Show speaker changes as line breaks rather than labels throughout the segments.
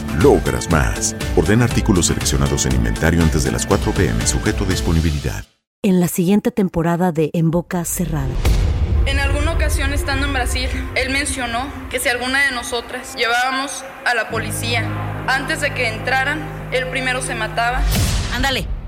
logras más. Orden artículos seleccionados en inventario antes de las 4 p.m. sujeto a disponibilidad.
En la siguiente temporada de En Boca Cerrada.
En alguna ocasión estando en Brasil, él mencionó que si alguna de nosotras llevábamos a la policía antes de que entraran, él primero se mataba.
Ándale,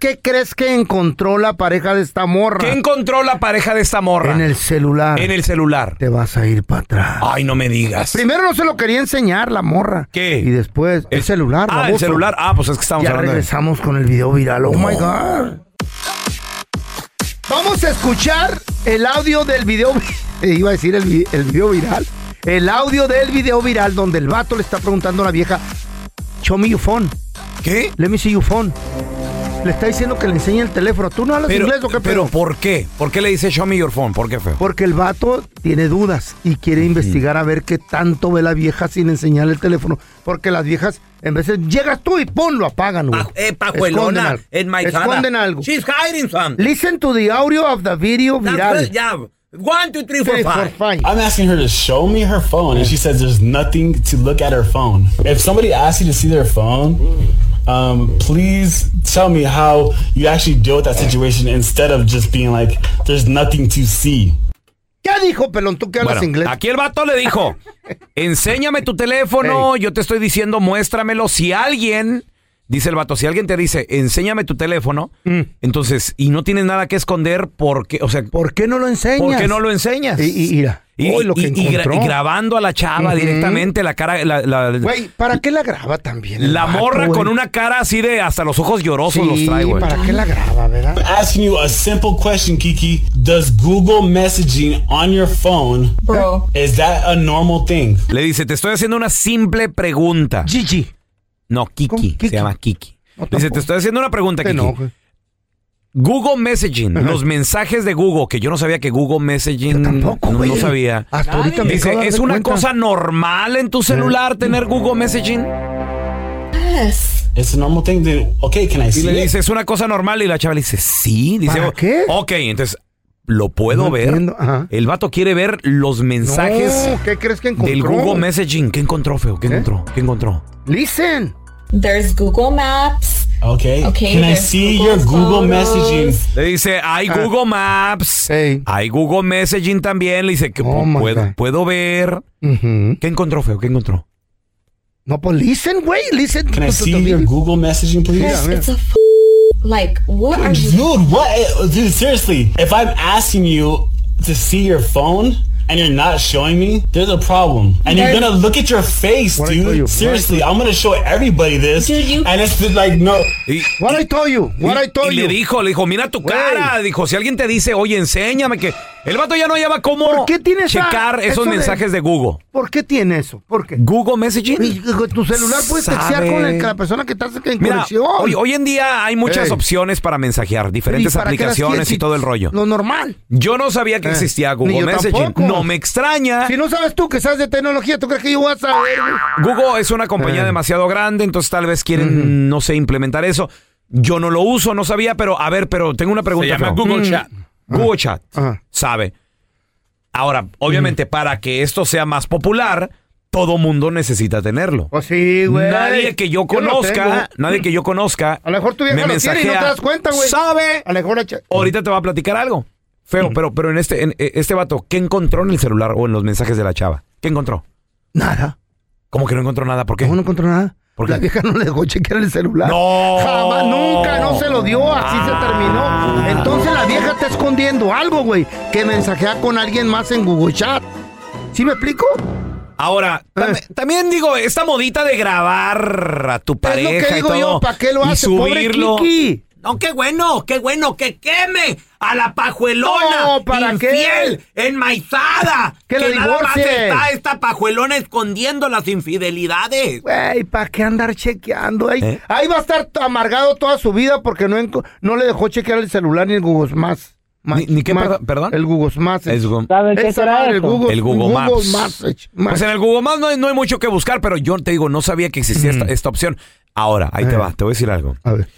¿Qué crees que encontró la pareja de esta morra?
¿Qué encontró la pareja de esta morra?
En el celular.
En el celular.
Te vas a ir para atrás.
Ay, no me digas.
Primero no se lo quería enseñar la morra.
¿Qué?
Y después el, celular.
Ah, el
baboso.
celular. Ah, pues es que estamos
Ya
hablando de...
regresamos con el video viral. Oh
No.
my God. Vamos a escuchar el audio del video. Iba a decir el, vi- el video viral. El audio del video viral donde el vato le está preguntando a la vieja: Show me your phone.
¿Qué?
Let me see your phone. Le está diciendo que le enseñe el teléfono. ¿Tú no hablas
Pero,
inglés o qué
pero
pedo?
¿por qué? ¿Por qué le dice show me your phone? ¿Por qué feo?
Porque el vato tiene dudas y quiere investigar a ver qué tanto ve la vieja sin enseñarle el teléfono. Porque las viejas, en veces, llegas tú y pum, lo apagan, güey.
Ah, eh, pajuelona,
Esconden algo.
en my cara.
Esconden algo.
She's hiding something.
Listen to the audio of the video
That's
viral.
good, yeah. One, two, three, four,
Three, four,
five.
five.
I'm asking her to show me her phone, and she says there's nothing to look at her phone. If somebody asks you to see their phone, um, please tell me how you actually deal with that situation instead of just being like, there's nothing to see.
¿Qué dijo, pelón? ¿Tú que hablas
Bueno,
inglés?
aquí el vato le dijo, enséñame tu teléfono, yo te estoy diciendo muéstramelo. Si alguien, dice el vato, si alguien te dice, enséñame tu teléfono,
Mm.
entonces, y no tienes nada que esconder, porque, o sea,
¿Por qué no lo enseñas?
¿por qué no lo enseñas?
Y, y mira,
Y-
hoy lo que
y- y gra-
encontró.
y grabando a la chava
Ujú.
directamente, la cara, la, la-
Güey, ¿para qué la graba también? el
la
vato,
morra
güey?
con una cara así de hasta los ojos llorosos los
Sí,
trae, güey.
¿para qué la graba, verdad?
Asking you a simple question, Kiki. Does Google messaging on your phone,
Bro.
is that a normal thing?
Le dice, te estoy haciendo una simple pregunta.
Gigi.
No,
¿Cómo?
Kiki,
Kiki.
se llama Kiki.
No,
Le dice,
tampoco.
te estoy haciendo una pregunta,
Te
Kiki.
enojes.
Google Messaging, los mensajes de Google, que yo no sabía que Google Messaging.
Yo tampoco,
no,
güey.
no sabía.
Hasta ahorita me acabo
Dice,
de
¿es
dar
una
cuenta".
cosa normal en tu celular tener Google Messaging?
It's a normal thing. Then okay, can I
Y
see
le
it?
dice, ¿es una cosa normal? Y la chava le dice, sí. Dice,
¿Para
"Oh,
qué?
Ok, entonces, ¿lo puedo
No
ver?
entiendo, ajá.
El vato quiere ver los mensajes
No, ¿Qué crees que encontró?
del Google Messaging. ¿Qué encontró, Feo? ¿Qué
¿Eh?
encontró? ¿Qué encontró?
Listen.
There's Google Maps.
okay.
Okay,
Can I
there's
see
Google
your Google
photos.
messaging?
Le dice, hay Google Maps,
Ey.
hay Google Messaging también. Le dice, que
Oh, my God.
puedo, puedo ver.
Ujú.
¿Qué encontró, Feo? ¿Qué encontró?
No, pues listen, güey. Listen.
Can
to-
I
to-
see
to-
your Google messaging, please?
Mira, mira.
It's a f- like what are you?
Dude, what? Dude, seriously. If I'm asking you to see your phone, and you're not showing me, there's a problem. And you're
There's-
gonna look at your face,
What I
dude.
tell you, what I
Seriously, I'm gonna show everybody this. Dude, you- and it's like, no.
What I told you.
y, y le dijo, le dijo, mira tu cara. Dijo, si alguien te dice, oye, enséñame que. El vato ya no lleva cómo
tienes a-
checar
eso
esos
de-
mensajes de Google.
¿Por qué tiene eso? ¿Por qué?
¿Google Messaging?
Tu celular puedes textear
Sabe.
con el- con la persona que estás en
Mira,
conexión.
hoy, hoy en día hay muchas
Ey.
opciones para mensajear, diferentes
¿Y para qué las
aplicaciones
quieres?
y todo el rollo.
Lo normal.
Yo no sabía que
Eh,
existía
ni
Google
yo
Messaging.
tampoco.
No me extraña.
Si no sabes tú que sabes de tecnología, ¿tú crees que yo voy a saber? güey? Eh.
Google es una compañía demasiado grande, entonces tal vez quieren, no sé, implementar eso. Yo no lo uso, no sabía, pero a ver, pero tengo una pregunta.
llama
Feo.
Google
Mm.
Chat.
Google Chat, sabe. Ahora, obviamente, para que esto sea más popular, todo mundo necesita tenerlo.
Pues Sí, güey.
Nadie que yo
Yo no tengo.
conozca, nadie que yo conozca,
A lo mejor tu vieja
me
lo tiene y no te
mensajea.
das cuenta, güey.
¿Sabe?
A lo mejor Mm. la cha-
Ahorita te va a platicar algo. Feo, pero, pero en este, en, eh, este vato, ¿qué encontró en el celular o en los mensajes de la chava? ¿Qué encontró?
Nada.
¿Cómo que no encontró nada? ¿Por qué?
No encontró nada.
¿Por qué?
La vieja no le dejó chequear el celular.
No.
Jamás, nunca, no se lo dio. Así se
Ah.
terminó. Entonces la vieja está escondiendo algo, güey. Que mensajea con alguien más en Google Chat. ¿Sí me explico? Eh.
Ahora, tam- también digo, esta modita de grabar a tu pareja
que digo
y todo,
yo, ¿pa' qué lo
y
hace? Pobre
subirlo.
Kiki.
No, qué bueno, qué bueno, que queme a la pajuelona.
No, ¿para qué?
infiel, enmaizada.
Que la
nada más
divorcien.
está esta pajuelona escondiendo las infidelidades. ¿Eh?
Güey, ¿para qué andar chequeando? Ahí, ahí va a estar t- amargado toda su vida porque no, enco- no le dejó chequear el celular ni el Google Más. Más-
¿Ni qué,
Más.
perdón? perdón?
El Google Más.
Es Google-
¿Sabes qué Esa será madre, el eh, eso? Google-
El Google
Google
Maps.
Maps, Maps.
Pues en el Google Maps no hay, no hay mucho que buscar, pero yo te digo, no sabía que existía esta, esta opción. Ahora, ahí te va, te voy a decir algo.
Mm. Eh. A ver.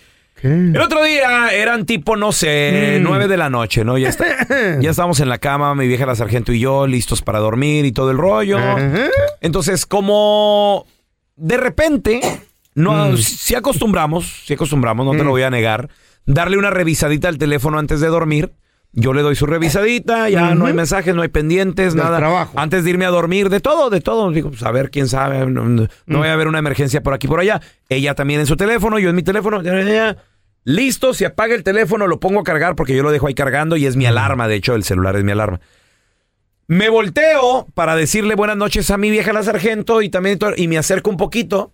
El otro día eran tipo, no sé,
Mm.
nueve de la noche, ¿no? Ya, está- ya estábamos en la cama, mi vieja la sargento y yo, listos para dormir y todo el rollo. Entonces, como de repente, no, si acostumbramos, si acostumbramos, no te lo voy a negar, darle una revisadita al teléfono antes de dormir. Yo le doy su revisadita, ya no hay mensajes, no hay pendientes, nada. Antes de irme a dormir, de todo, de todo. Digo, pues a ver, quién sabe, no, no- no voy a haber una emergencia por aquí, por allá. Ella también en su teléfono, yo en mi teléfono. ya, ya, ya. Listo, se apaga el teléfono, lo pongo a cargar porque yo lo dejo ahí cargando y es mi alarma. De hecho, el celular es mi alarma. Me volteo para decirle buenas noches a mi vieja la sargento y también to- y me acerco un poquito.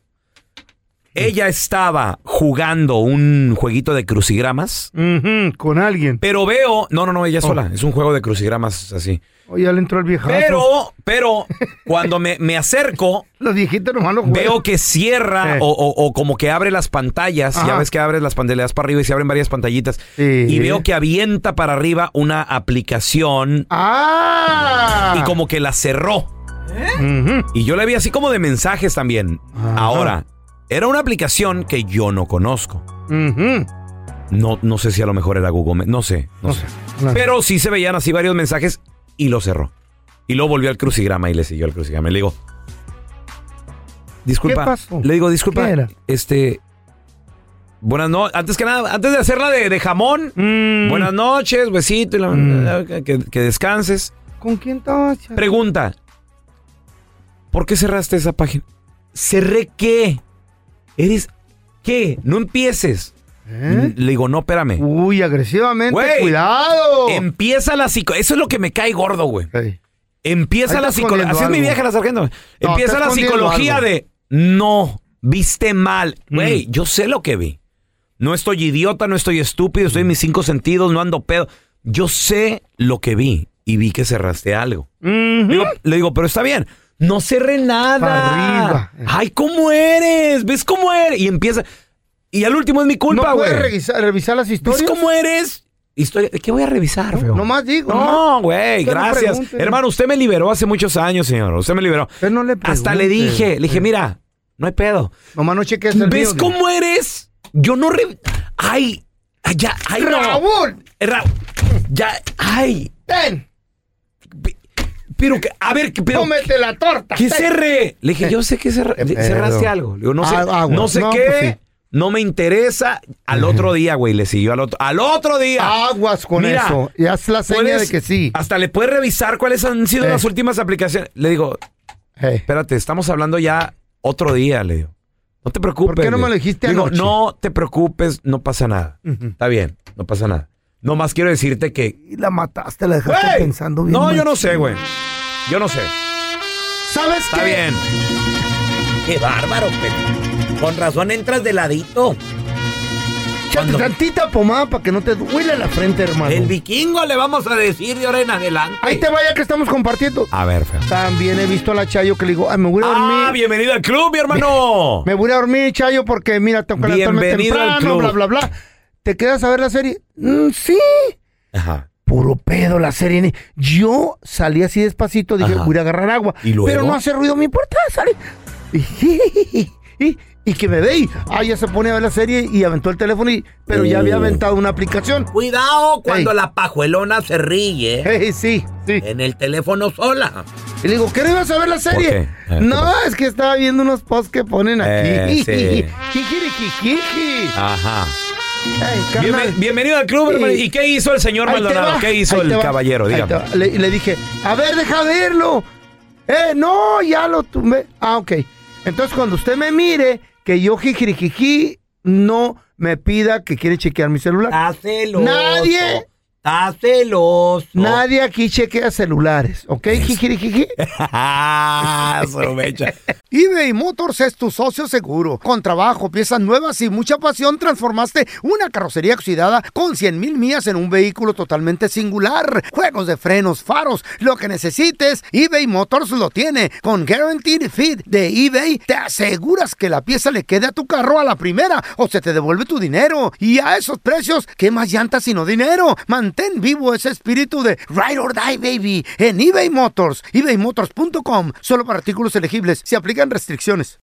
Ella estaba jugando un jueguito de crucigramas,
Ujú, con alguien.
pero veo, no, no, no, ella sola, es un juego de crucigramas así.
Oye, ya le entró el viejazo.
Oh. Pero, pero cuando me, me acerco,
Los viejitos nomás lo juegan.
veo que cierra
Sí.
o, o- o como que abre las pantallas, ya
Ajá.
ves que abres las pantallas para arriba y se abren varias pantallitas y veo que avienta para arriba una aplicación
¡Ah!
y como que la cerró. Y yo la vi así como de mensajes también. Ahora, era una aplicación que yo no conozco.
Ujú.
No, no sé si a lo mejor era Google, Me- no sé, no, sé. Pero sí se veían así varios mensajes y lo cerró. Y luego volvió al crucigrama y le siguió al crucigrama. Y le digo, disculpa,
¿Qué pasó?
le digo, disculpa,
¿Qué era?
este, buenas noches, antes que nada, antes de hacerla de, de jamón,
Mm.
buenas noches, besito, y la- que, que descanses.
¿Con quién estabas? chaval?
Pregunta, ¿por qué cerraste esa página? ¿Cerré qué? ¿Eres qué? No empieces.
¿Eh?
Le digo, no, espérame.
Uy, agresivamente.
Güey, Em-
¡Cuidado!
Empieza la psico... Eso es lo que me cae gordo, güey.
Ey.
Empieza
Ahí
la
está
psicología.
escondiendo
Así es mi
algo.
vieja, la sargento. Empieza
está
la
escondiendo
psicología
algo.
de no, viste mal. Güey, yo sé lo que vi. No estoy idiota, no estoy estúpido, estoy en mis cinco sentidos, no ando pedo. Yo sé lo que vi y vi que cerraste algo.
Mm.
Digo, le digo, pero está bien. No cerré nada.
Pa' arriba.
Ay, ¿cómo eres? ¿Ves cómo eres? Y empieza. Y al último es mi culpa,
¿No
güey.
puedes revisar, revisar las
¿Ves
historias?
cómo eres? Historia, ¿Qué voy a revisar, feo?
Nomás digo.
No,
nomás.
güey,
Usted no
gracias.
pregunte.
Hermano, usted me liberó hace muchos años, señor. Usted me liberó.
Usted no le
Hasta
pregunte.
le dije, le dije, mira, no hay pedo.
Nomás no cheques el
¿Ves
mío,
cómo eres? Yo no re... Ay, ay, ya, ay,
digo.
no.
¡Raúl!
Eh, Ra- Ya, ay.
¡Ten!
Pero, que- a ver, que- pero...
¡Cómete la torta!
¿Qué
ten.
cerré? Le dije, yo sé que cerra-
Qué
cerraste
pedo.
algo. Le digo, no sé,
Ah, ah, güey.
no sé
No,
qué,
pues sí.
no me interesa. Al otro día, güey, le siguió al otro... ¡Al otro
Ah.
día!
Aguas con
Mira,
eso. Y haz la seña
puedes-
de que sí.
Hasta le puedes revisar cuáles han sido
Eh.
las últimas aplicaciones. Le digo,
Hey.
espérate, estamos hablando ya otro día, le digo. No te preocupes.
¿Por qué no
le
me lo
digo.
dijiste
Le digo,
anoche?
no te preocupes, no pasa nada.
Ujú.
Está bien, no pasa nada. Nomás quiero decirte que...
Y la mataste, la dejaste
¡Güey!
pensando bien.
No, yo
machín.
no sé, güey. Yo no sé.
¿Sabes
Está bien.
Qué bárbaro, Pepe. Con razón entras de ladito.
Cuando... Tantita pomada para que no te duele la frente, hermano.
El vikingo le vamos a decir de ahora en adelante.
Ah, Ahí te vaya que estamos compartiendo.
A ver, feo.
También he visto a la Chayo que le digo, ay, me voy a dormir.
Ah, bienvenido al club, mi hermano.
Me voy a dormir, Chayo, porque mira, tengo que levantarme
Bienvenido al
temprano,
club.
bla, bla, bla. ¿Te quedas a ver la serie? Mm, sí.
Ajá.
Puro pedo la serie. ni- Yo salí así despacito, dije,
Ajá.
voy a agarrar agua.
¿Y luego?
Pero no hace ruido, me importa, sale. Y, y- y que me ve y, ah, ya se pone a ver la serie y aventó el teléfono, y, pero ya
Oh.
había aventado una aplicación.
Cuidado cuando
Ey.
la pajuelona se ríe
Ey, sí, sí.
en el teléfono sola.
Y le digo, ¿qué no ibas a ver la serie?
qué? A ver, ¿qué
no, es que estaba viendo unos posts que ponen aquí.
Eh, sí.
Jijiriquijiji.
Ajá.
Ey, carnal.
Bienven- bienvenido al club, hermano.
Sí.
¿Y qué hizo el señor
Ahí te
Maldonado?
va,
¿Qué hizo
ahí te
el
va,
caballero?
ahí te
Dígame.
va. Le, le dije, a ver, deja verlo. Eh, no, ya lo tumbé. Ah, ok. Entonces, cuando usted me mire, que yo jijirijiji, no me pida que quiere chequear mi celular.
Está celoso.
Nadie.
Está celoso.
Nadie aquí chequea celulares, ¿ok? Jijirijiji.
Ah, su mecha.
eBay Motors es tu socio seguro. Con trabajo, piezas nuevas y mucha pasión, transformaste una carrocería oxidada con 100 mil millas en un vehículo totalmente singular. Juegos de frenos, faros, lo que necesites, eBay Motors lo tiene. Con Guaranteed Fit de eBay, te aseguras que la pieza le quede a tu carro a la primera o se te devuelve tu dinero. Y a esos precios, ¿qué más llantas sino dinero? Mantén vivo ese espíritu de Ride or Die, baby, en eBay Motors. ebaymotors.com. Solo para artículos elegibles. Se aplican restricciones.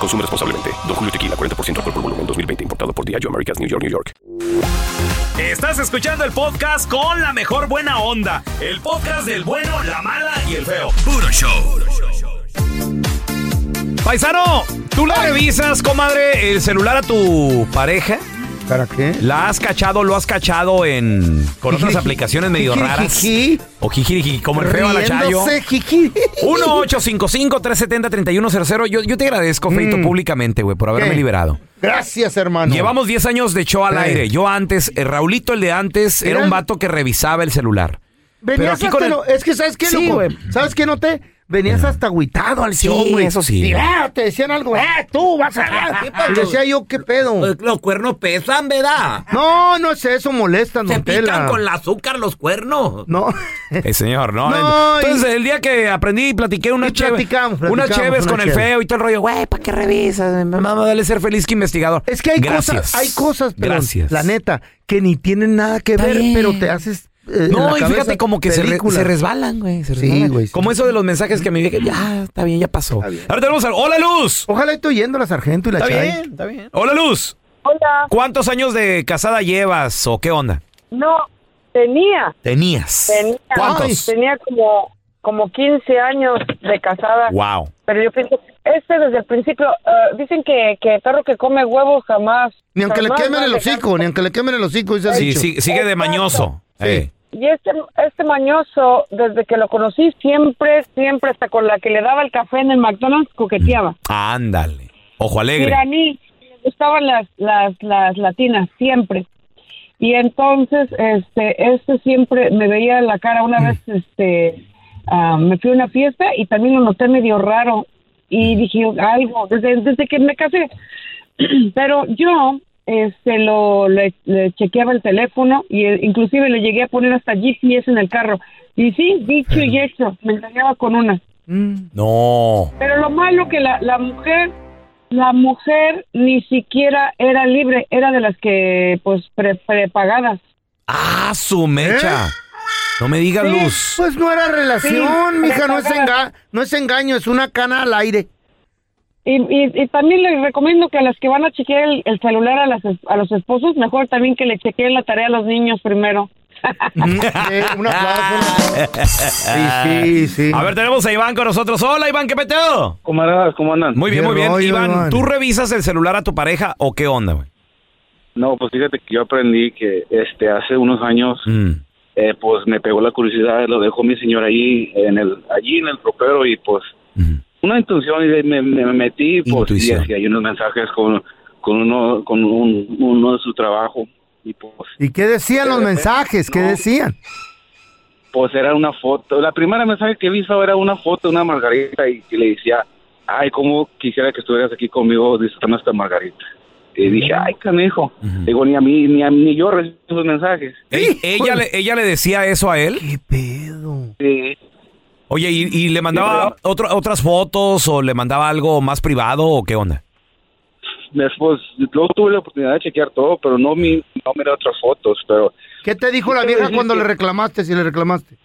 Consume responsablemente. Don Julio Tequila 40% alcohol por volumen 2020 importado por Diageo Americas New York New York.
Estás escuchando el podcast con la mejor buena onda. El podcast del bueno, la mala y el feo. Puro show. Paisano, ¿tú le revisas, comadre, el celular a tu pareja?
¿Para qué?
¿La has cachado, lo has cachado en con otras
Jijiji.
aplicaciones medio raras?
Jijiji.
O jijiriji, como el feo a la chayo.
Riéndose, jiji.
1-855-370-3100. Yo, yo te agradezco, Feito, públicamente, güey, por haberme
Mm. ¿Qué?
liberado.
Gracias, hermano.
Llevamos 10 años de show al
Eh.
aire. Yo antes, eh, Raulito el de antes, era
Era-
un vato que revisaba el celular.
Venías
aquí
hasta
con el-
lo- Es que, ¿sabes qué,
Sí,
loco?
güey.
¿Sabes qué noté? Venías hasta agüitado al
Sí,
show, güey.
eso sí.
Y, ah, te decían algo, eh, tú vas a... Y decía yo, ¿qué pedo?
Pues los cuernos pesan, ¿verdad?
No, no es eso, molesta,
Se
no
pican
tela.
con el azúcar los cuernos.
No.
Eh, señor, no.
No,
Entonces,
y-
el día que aprendí y platiqué una
Y
cheve-
platicamos,
unas
platicamos,
cheves
una
con el
cheve.
feo y todo el rollo, güey, ¿para qué revisas? Eh, Mamá, dale ser feliz que investigador.
Es que hay
Gracias.
cosas, hay cosas, pero
Gracias.
la neta, que ni tienen nada que ver,
bien.
pero te haces. eh, en
No,
la
y
cabeza
fíjate como que se, re-
película.
se resbalan, güey. se
Sí,
resbalan.
güey, sí.
Como eso de los mensajes que me dije, ya, está bien, ya pasó. Ahora tenemos a... ¡Hola, Luz!
Ojalá esté oyendo la sargento y la Chay.
está bien. Hola, Luz.
Hola,
¿Cuántos años de casada llevas o qué onda?
no, tenía,
Tenías.
tenía,
¿Cuántos?
tenía como, como 15 años de casada,
Wow.
pero yo pienso, este desde el principio, eh, dicen que, que perro que come huevos jamás.
Ni aunque le
jamás
quemen
va a
el
dejar-
hocico, ni aunque le quemen el hocico, dice
Sí, sí, sigue de mañoso. Eh.
Y este, este mañoso, desde que lo conocí, siempre, siempre, hasta con la que le daba el café en el McDonald's, coqueteaba.
Ándale. Ojo alegre.
iraní, le gustaban las, las, las latinas, siempre. Y entonces, este, este siempre me veía la cara. Una vez, este, ah, me fui a una fiesta y también lo noté medio raro. Y dije algo, desde, desde que me casé. Pero yo, este, lo, le, le chequeaba el teléfono y eh, inclusive le llegué a poner hasta GPS en el carro. Y sí, dicho y hecho, me engañaba con una.
No.
Pero lo malo que la, la mujer la mujer ni siquiera era libre, era de las que, pues, pre- prepagadas.
¡Ah, su mecha! No me diga luz.
¿Eh? Pues no era relación,
Sí,
mija, no es,
prepagada.
enga- no es engaño, es una cana al aire.
Y, y- y también les recomiendo que a las que van a chequear el, el celular a, las es- a los esposos, mejor también que le chequeen la tarea a los niños primero.
un aplauso.
Sí, sí, sí. A ver, tenemos a Iván con nosotros. Hola, Iván, ¿qué peteo?
Camaradas, ¿cómo andan?
Muy bien, muy bien. Iván, ¿tú revisas el celular a tu pareja o qué onda, güey?
No, pues fíjate que yo aprendí que este hace unos años,
Mm.
eh, pues me pegó la curiosidad, lo dejó mi señor ahí en el allí en el ropero y pues una intención y de ahí me, me- me metí pues y
Intuición.
hacía ahí unos mensajes con con uno con un- uno de su trabajo y pues
¿Y qué decían
Eh,
los mensajes? ¿Qué decían?
pues era una foto. La primera mensaje que vi Fab, era una foto, una margarita, y, que le decía, ay, cómo quisiera que estuvieras aquí conmigo disfrutando esta margarita. Y dije, ay, canijo. Digo, ni a mí, ni a ni yo recibo esos mensajes.
E- ella, le, ¿Ella le decía eso a él? ¿Qué pedo? Oye, ¿y, y le mandaba otro- otras fotos o le mandaba algo más privado o qué onda?
Después, luego tuve la oportunidad de chequear todo, pero no, mi, no miré otras fotos, pero
¿Qué te dijo la vieja cuando le reclamaste, si le reclamaste?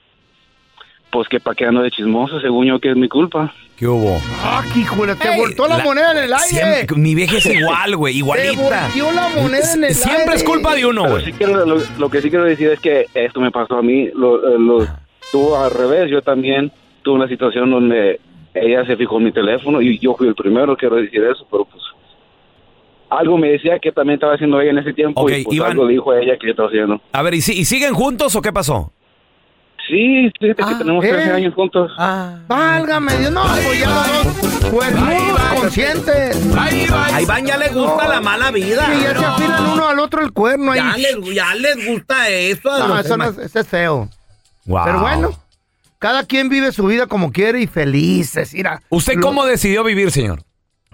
pues que pa' que ando de chismoso, según yo que es mi culpa.
¿Qué hubo?
¡Ah, híjole! Te voltó la,
la-
moneda en el aire.
Siempre- mi vieja es igual, güey, igualita.
Te volteó la moneda en el
Siempre
aire.
es culpa de uno,
Pero
güey.
sí quiero- lo, lo que sí quiero decir es que esto me pasó a mí, lo, eh, lo- tuvo al revés, yo también tuve una situación donde ella se fijó en mi teléfono y yo fui el primero, quiero decir eso, pero pues algo me decía que también estaba haciendo ella en ese tiempo y pues
Iván.
algo dijo ella que yo estaba haciendo.
A ver, ¿y, si- y siguen juntos o qué pasó?
Sí, fíjate
Ah.
que tenemos 13
¿eh?
años juntos.
Válgame Dios, no, pues ya los dos, pues no, conscientes.
Ahí va. Ahí van, ya le gusta la mala vida.
Y ya se
No.
afilan uno al otro el cuerno ahí.
Ya les, ya les gusta eso. a
No,
los
eso no
demás.
es, eso es feo.
Wow.
Pero bueno, cada quien vive su vida como quiere y felices. Mira,
¿Usted
lo-
cómo decidió vivir, señor?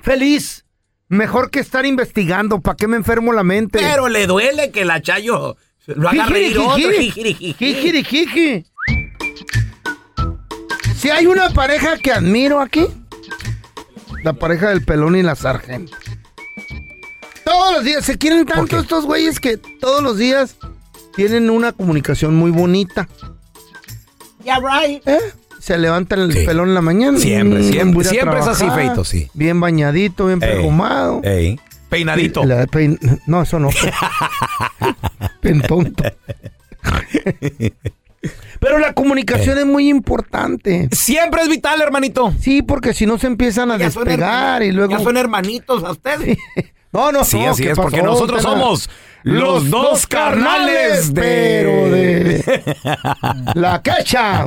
Feliz. Mejor que estar investigando. ¿Para qué me enfermo la mente?
Pero le duele que la Chayo lo haga reír otro.
Jijiri, jijiri, jiji. Si hay una pareja que admiro aquí, la pareja del pelón y la sargento. Todos los días se quieren tanto estos güeyes que todos los días tienen una comunicación muy bonita. ¿Eh?
Yeah, right.
Se levantan el pelón en la mañana.
Siempre,
Mm,
siempre,
voy a
siempre es así,
trabajar,
Feito, sí.
Bien bañadito, bien perfumado.
Ey. Peinadito.
Y la pein- No, eso no. Bien tonto. Pero la comunicación es muy importante.
Siempre es vital, hermanito.
Sí, porque si no se empiezan a
Ya son
despegar
herma-
y luego.
Ya son hermanitos a ustedes.
No, no,
Sí,
no,
así
¿qué
es, porque
pasó?
nosotros
Tela?
somos los dos carnales de-
Pero de. La cacha.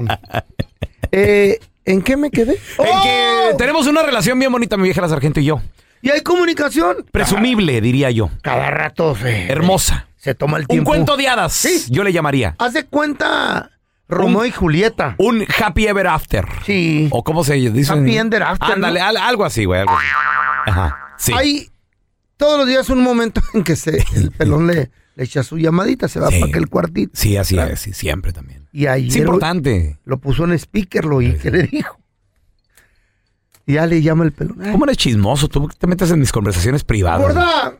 Eh, ¿En qué me quedé? ¡Oh!
En que tenemos una relación bien bonita, mi vieja la sargento y yo.
¿Y hay comunicación?
Presumible, diría yo.
Cada rato eh. se.
Hermosa.
Se toma el
Un
tiempo.
cuento de hadas. Yo le llamaría.
Haz de cuenta Romeo y Julieta.
Un Oh, happy ever after.
Sí.
O cómo se dice.
Happy Ender After,
Ándale,
¿no?
al- algo así, güey. algo así. Ajá. Sí.
Hay todos los días un momento en que se, el pelón le, le echa su llamadita, se va para aquel cuartito.
Sí, así es. sí, siempre también.
Y ahí
Es importante.
Lo, puso en speaker, lo oí que le dijo. Y ya le llama el pelón. "Ay,
¿Cómo eres chismoso? Tú te metes en mis conversaciones privadas.
¡Gorda!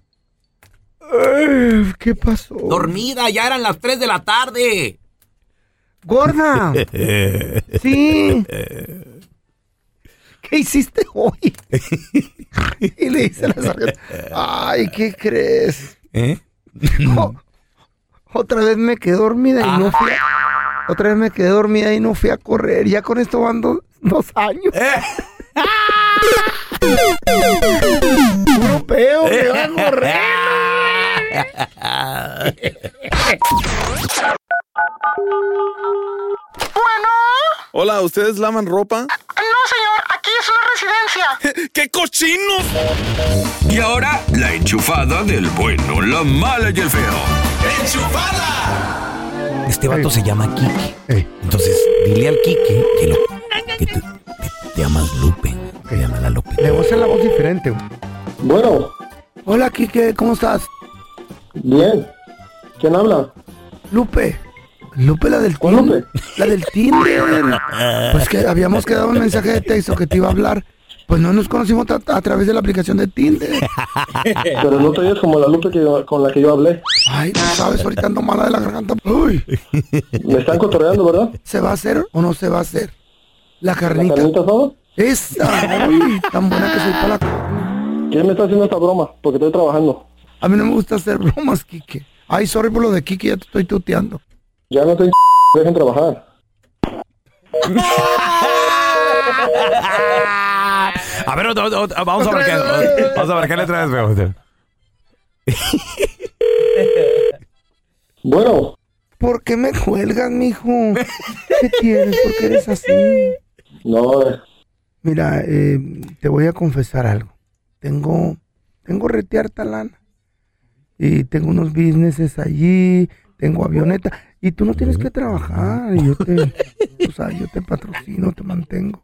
Ay, ¿Qué pasó?
Dormida, ya eran las 3 de la tarde.
¡Gorda! Sí. ¿Qué hiciste hoy? y le dice la sargento, ay, ¿qué crees?
¿Eh?
O- otra vez me quedé dormida y no fui a- Otra vez me quedé dormida y no fui a correr. Ya con esto van do- dos años. Puro peo, me van
Bueno,
Hola, ¿ustedes lavan ropa?
no señor, aquí es una residencia.
¡Qué cochinos!
Y ahora, la enchufada del bueno, la mala y el feo.
Este vato se llama Kike. Entonces, dile al Kike que, lo, que tú- que te llamas Lupe. Te llamas la Lupe.
Le voy a hacer la voz diferente. güey.
Bueno,
Hola, Kike, ¿cómo estás?
bien. ¿Quién habla?
Lupe. Lupe, la del Tinder. La del Tinder. Pues que habíamos quedado un mensaje de texto que te iba a hablar. Pues no nos conocimos a, a través de la aplicación de Tinder.
Pero no te oyes como la Lupe que yo- con la que yo hablé.
Ay, no sabes, ahorita ando mala de la garganta. Uy.
Me están cotorreando, ¿verdad?
¿Se va a hacer o no se va a hacer? La
¿La
carnita.
carnita asada?
Esa. Uy, tan buena que soy para la...
¿Quién me está haciendo esta broma? Porque estoy trabajando.
A mí no me gusta hacer bromas, Kike. Ay, sorry por lo de Kike, ya te estoy tuteando.
Ya no te dejen trabajar.
A ver, otra- otra- otra- vamos a marcar. o- Vamos a marcarle otra vez, güey.
Bueno.
¿Por qué me cuelgas, mijo? ¿Qué tienes? ¿Por qué eres así?
No, eh,
Mira, eh, te voy a confesar algo. Tengo, tengo retearta lana. Y tengo unos businesses allí, tengo avioneta. Y tú no tienes que trabajar. Y yo te, o sea, yo te patrocino, te mantengo.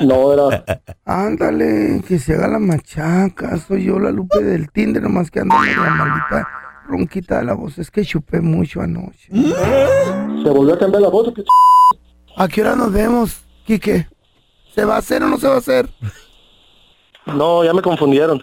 no era.
Ándale, que se haga la machaca. Soy yo la Lupe del Tinder, nomás que ando con la maldita ronquita de la voz. Es que chupé mucho anoche.
Se volvió a cambiar la voz. ¿qué ch-
¿A qué hora nos vemos, Quique? ¿Se va a hacer o no se va a hacer?
No, ya me confundieron.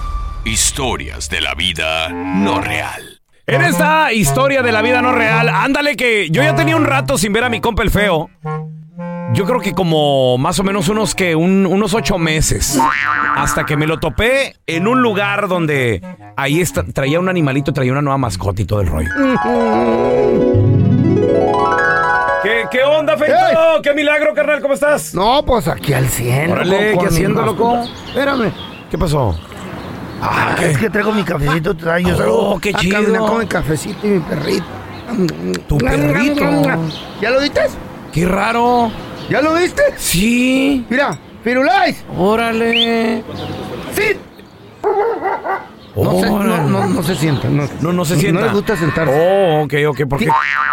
historias de la vida no real.
En esta historia de la vida no real, ándale que yo ya tenía un rato sin ver a mi compa el feo. Yo creo que como más o menos unos que un- unos ocho meses. Hasta que me lo topé en un lugar donde ahí está, traía un animalito, traía una nueva mascota y todo el rollo. ¿Qué, qué onda, Feito? ¡Qué milagro, carnal! ¿Cómo estás?
No, pues aquí al 100.
Órale, ¿qué haciendo, loco?
Espérame.
¿Qué pasó?
Ah, es que traigo mi cafecito, traigo. yo salgo
Oh, qué
a
chido.
caminar con el cafecito y mi perrito.
Tu perrito.
¿Ya lo viste?
¡Qué raro!
¿Ya lo viste?
Sí.
Mira, Firulais.
Órale.
Sí. No se, no, no, no se sienta. No,
No, no se sienta.
No le gusta sentarse.
Oh, ok, ok. Porque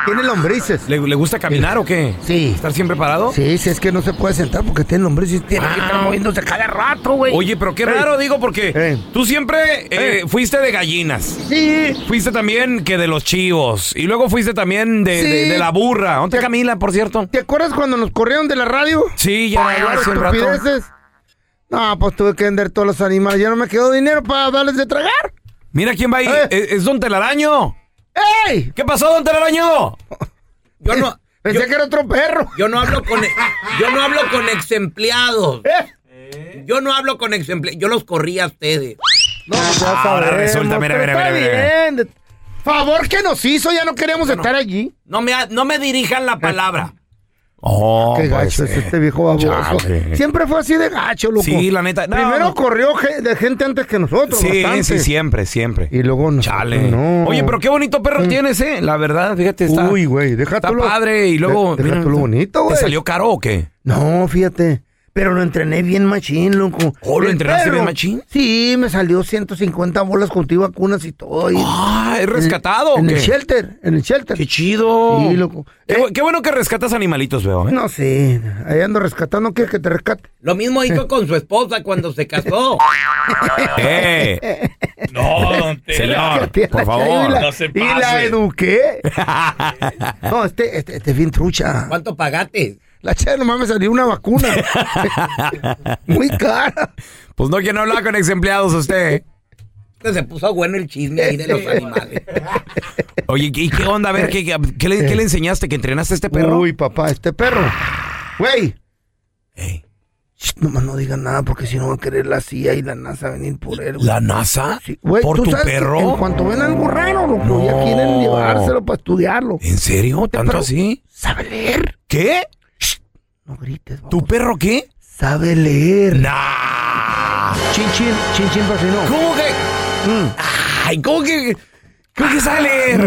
Tiene lombrices.
¿Le, le gusta caminar o qué?
Sí.
¿Estar siempre parado?
Sí, sí, es que no se puede sentar porque tiene lombrices. Tiene que estar moviéndose cada rato, güey.
Ah. Oye, pero qué raro, digo, porque tú siempre eh, fuiste de gallinas.
Sí.
Fuiste también que de los chivos. Y luego fuiste también de, de-
Sí.
de la burra. ¿Dónde está Camila, por cierto?
¿Te acuerdas cuando nos corrieron de la radio?
Sí, ya,
Por
ya,
hablar
hace un rato.
estupideces. No, pues tuve que vender todos los animales. Ya no me quedó dinero para darles de tragar. Eh,
Mira quién va ahí. Es, es Don Telaraño.
¡Ey!
eh. ¿Qué pasó, Don Telaraño?
Yo no,
Pensé que era otro perro.
yo no hablo con, yo no hablo con ex empleados.
Eh.
Yo no hablo con ex empleados. Yo los corrí a ustedes.
No,
Ah,
pues ya
Ahora
sabremos,
resulta, mira,
pero
mira,
está
mira, mira.
bien. De- Favor que nos hizo, ya no queríamos estar allí.
No me, ha- no me dirijan la palabra.
Oh,
Eh. Qué
pues,
gacho es
eh.
este viejo baboso.
Chale.
Siempre fue así de gacho, loco.
Sí, la neta, no.
Primero corrió ge- de gente antes que nosotros.
Sí,
bastante.
sí, siempre, siempre.
Y luego no.
Chale.
No. Mm.
Oye, pero qué bonito perro tienes, ¿eh? La verdad, fíjate, está.
Uy, pues. güey,
Está
déjatelo.
padre. Y luego.
De-
mira,
déjatelo bonito, güey.
¿Te salió caro o qué?
No, fíjate. Pero lo entrené bien machín, loco.
Oh, ¿lo
El
entrenaste
perro,
bien machín?
Sí, me salió 150 bolas contigo a cunas y todo.
Ah, ¿es
En-
rescatado o
En,
qué?
el shelter, en el shelter.
Qué chido.
Sí, loco. Eh.
Qué, bu- qué bueno que rescatas animalitos, veo, ¿eh?
No sé, ahí ando rescatando. ¿Quieres que te rescate?
Lo mismo hizo con su esposa cuando se casó.
Eh,
No, don Tela.
señor,
Tía,
por
la Chayo,
favor.
Y la,
No se
y la
pase.
eduqué. no, este, este, este es bien trucha.
¿Cuánto pagaste?
La chava nomás me salió una vacuna. Muy cara.
Pues no, que no hablaba con ex empleados usted.
Que se puso bueno el chisme ahí de los
Este,
animales.
Oye, ¿y qué onda? A ver, ¿qué, qué- qué le, qué le enseñaste? ¿Que entrenaste a este perro?
Eh. Uy, papá, este perro. Güey. Shh, Nomás no digan nada porque si no va a querer la CIA y la NASA venir por él. güey.
¿La NASA?
Sí, güey,
¿Por
tú
tu
sabes que
perro?
En cuanto ven algo raro, loco, ya quieren llevárselo para estudiarlo.
¿En serio? ¿Tanto
Pero-
así?
¿Sabe leer?
¿Qué?
No grites,
¿Tu perro qué?
Sabe leer.
¡Nah!
Chin, chin, chin, chin, pero si no.
¿Cómo que? Ay, ¿cómo que? ¿Cómo que sale?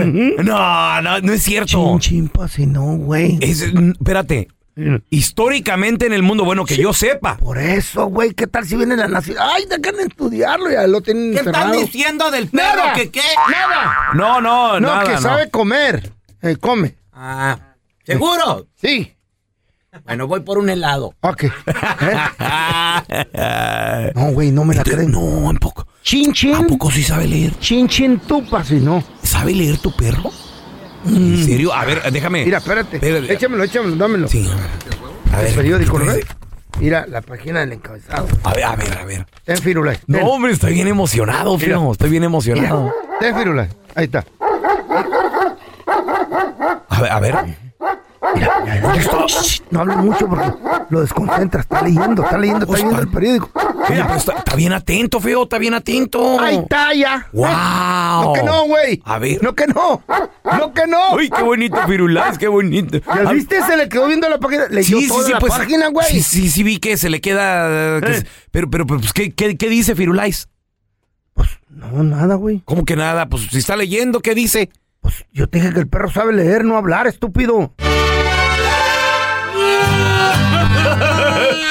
No, no, no es cierto.
Chin, chin, pa' si no, güey.
Eh. Es- mm, espérate, Históricamente en el mundo, bueno, que yo sepa.
Por eso, güey, ¿qué tal si viene la nación? Ay, dejan de estudiarlo, ya lo tienen
¿Qué están
encerrado.
diciendo del perro?
Nada.
¿Que qué?
Nada.
No, no,
No,
Ah, nada,
que
no.
sabe comer. Eh, come.
Ah, ¿seguro?
Sí.
Bueno, voy por un helado.
Ok.
¿Eh?
No, güey, no me la creen.
Ah. No, tampoco.
Chin chin. ¿A
poco sí sabe leer?
Chin chin tupa, si no.
¿Sabe leer tu perro? ¿En serio? A ver, déjame.
Mira, espérate.
Eh. Espérate.
Échamelo, échamelo, dámelo.
Sí. A ver.
El periódico,
¿qué
¿no?
traes?
Mira, la página del encabezado.
A ver, a ver, a ver.
Ten firula.
No,
ten.
hombre, estoy bien emocionado,
Mira.
Fino. Estoy bien emocionado.
Mira, ten firula. Ahí está.
A ver, a ver.
Shh, No hables mucho porque lo desconcentras. Está leyendo, está leyendo, está leyendo el periódico.
Oye, pero está, está bien atento, feo, está bien atento.
Ahí está ya.
¡Wow!
No que no, güey.
A ver.
No que no. No que no.
¡Uy, qué bonito,
Ah.
Firulais! ¡Qué bonito!
¿Ya viste? Se le quedó viendo la página. Leyó
Sí, sí,
toda
sí,
la
pues.
página, güey.
Sí, sí, sí, vi que se le queda. que
Eh.
se- pero, pero, pero, pues, ¿qué, qué, qué dice Firulais?
Pues, No, nada, güey. Pues,
¿Cómo que nada? Pues si está leyendo, ¿qué dice?
Yo te dije que el perro sabe leer, no hablar, estúpido.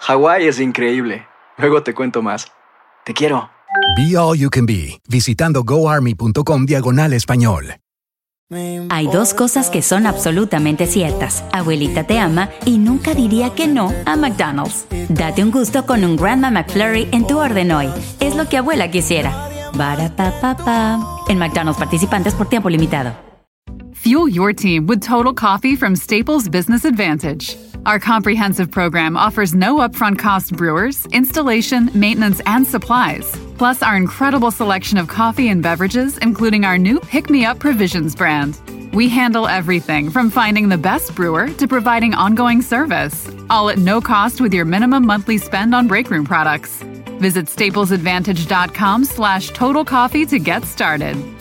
Hawái es increíble. Luego te cuento más. Te quiero.
Be All You Can Be, visitando goarmy.com diagonal español.
Hay dos cosas que son absolutamente ciertas. Abuelita te ama y nunca diría que no a McDonald's. Date un gusto con un Grandma McFlurry en tu orden hoy. Es lo que abuela quisiera. Barapapapa. En McDonald's participantes por tiempo limitado.
Fuel your team with Total Coffee from Staples Business Advantage. Our comprehensive program offers no upfront cost brewers, installation, maintenance, and supplies. Plus, our incredible selection of coffee and beverages, including our new Pick Me Up Provisions brand. We handle everything from finding the best brewer to providing ongoing service, all at no cost with your minimum monthly spend on break room products. Visit staplesadvantage.com slash total coffee to get started.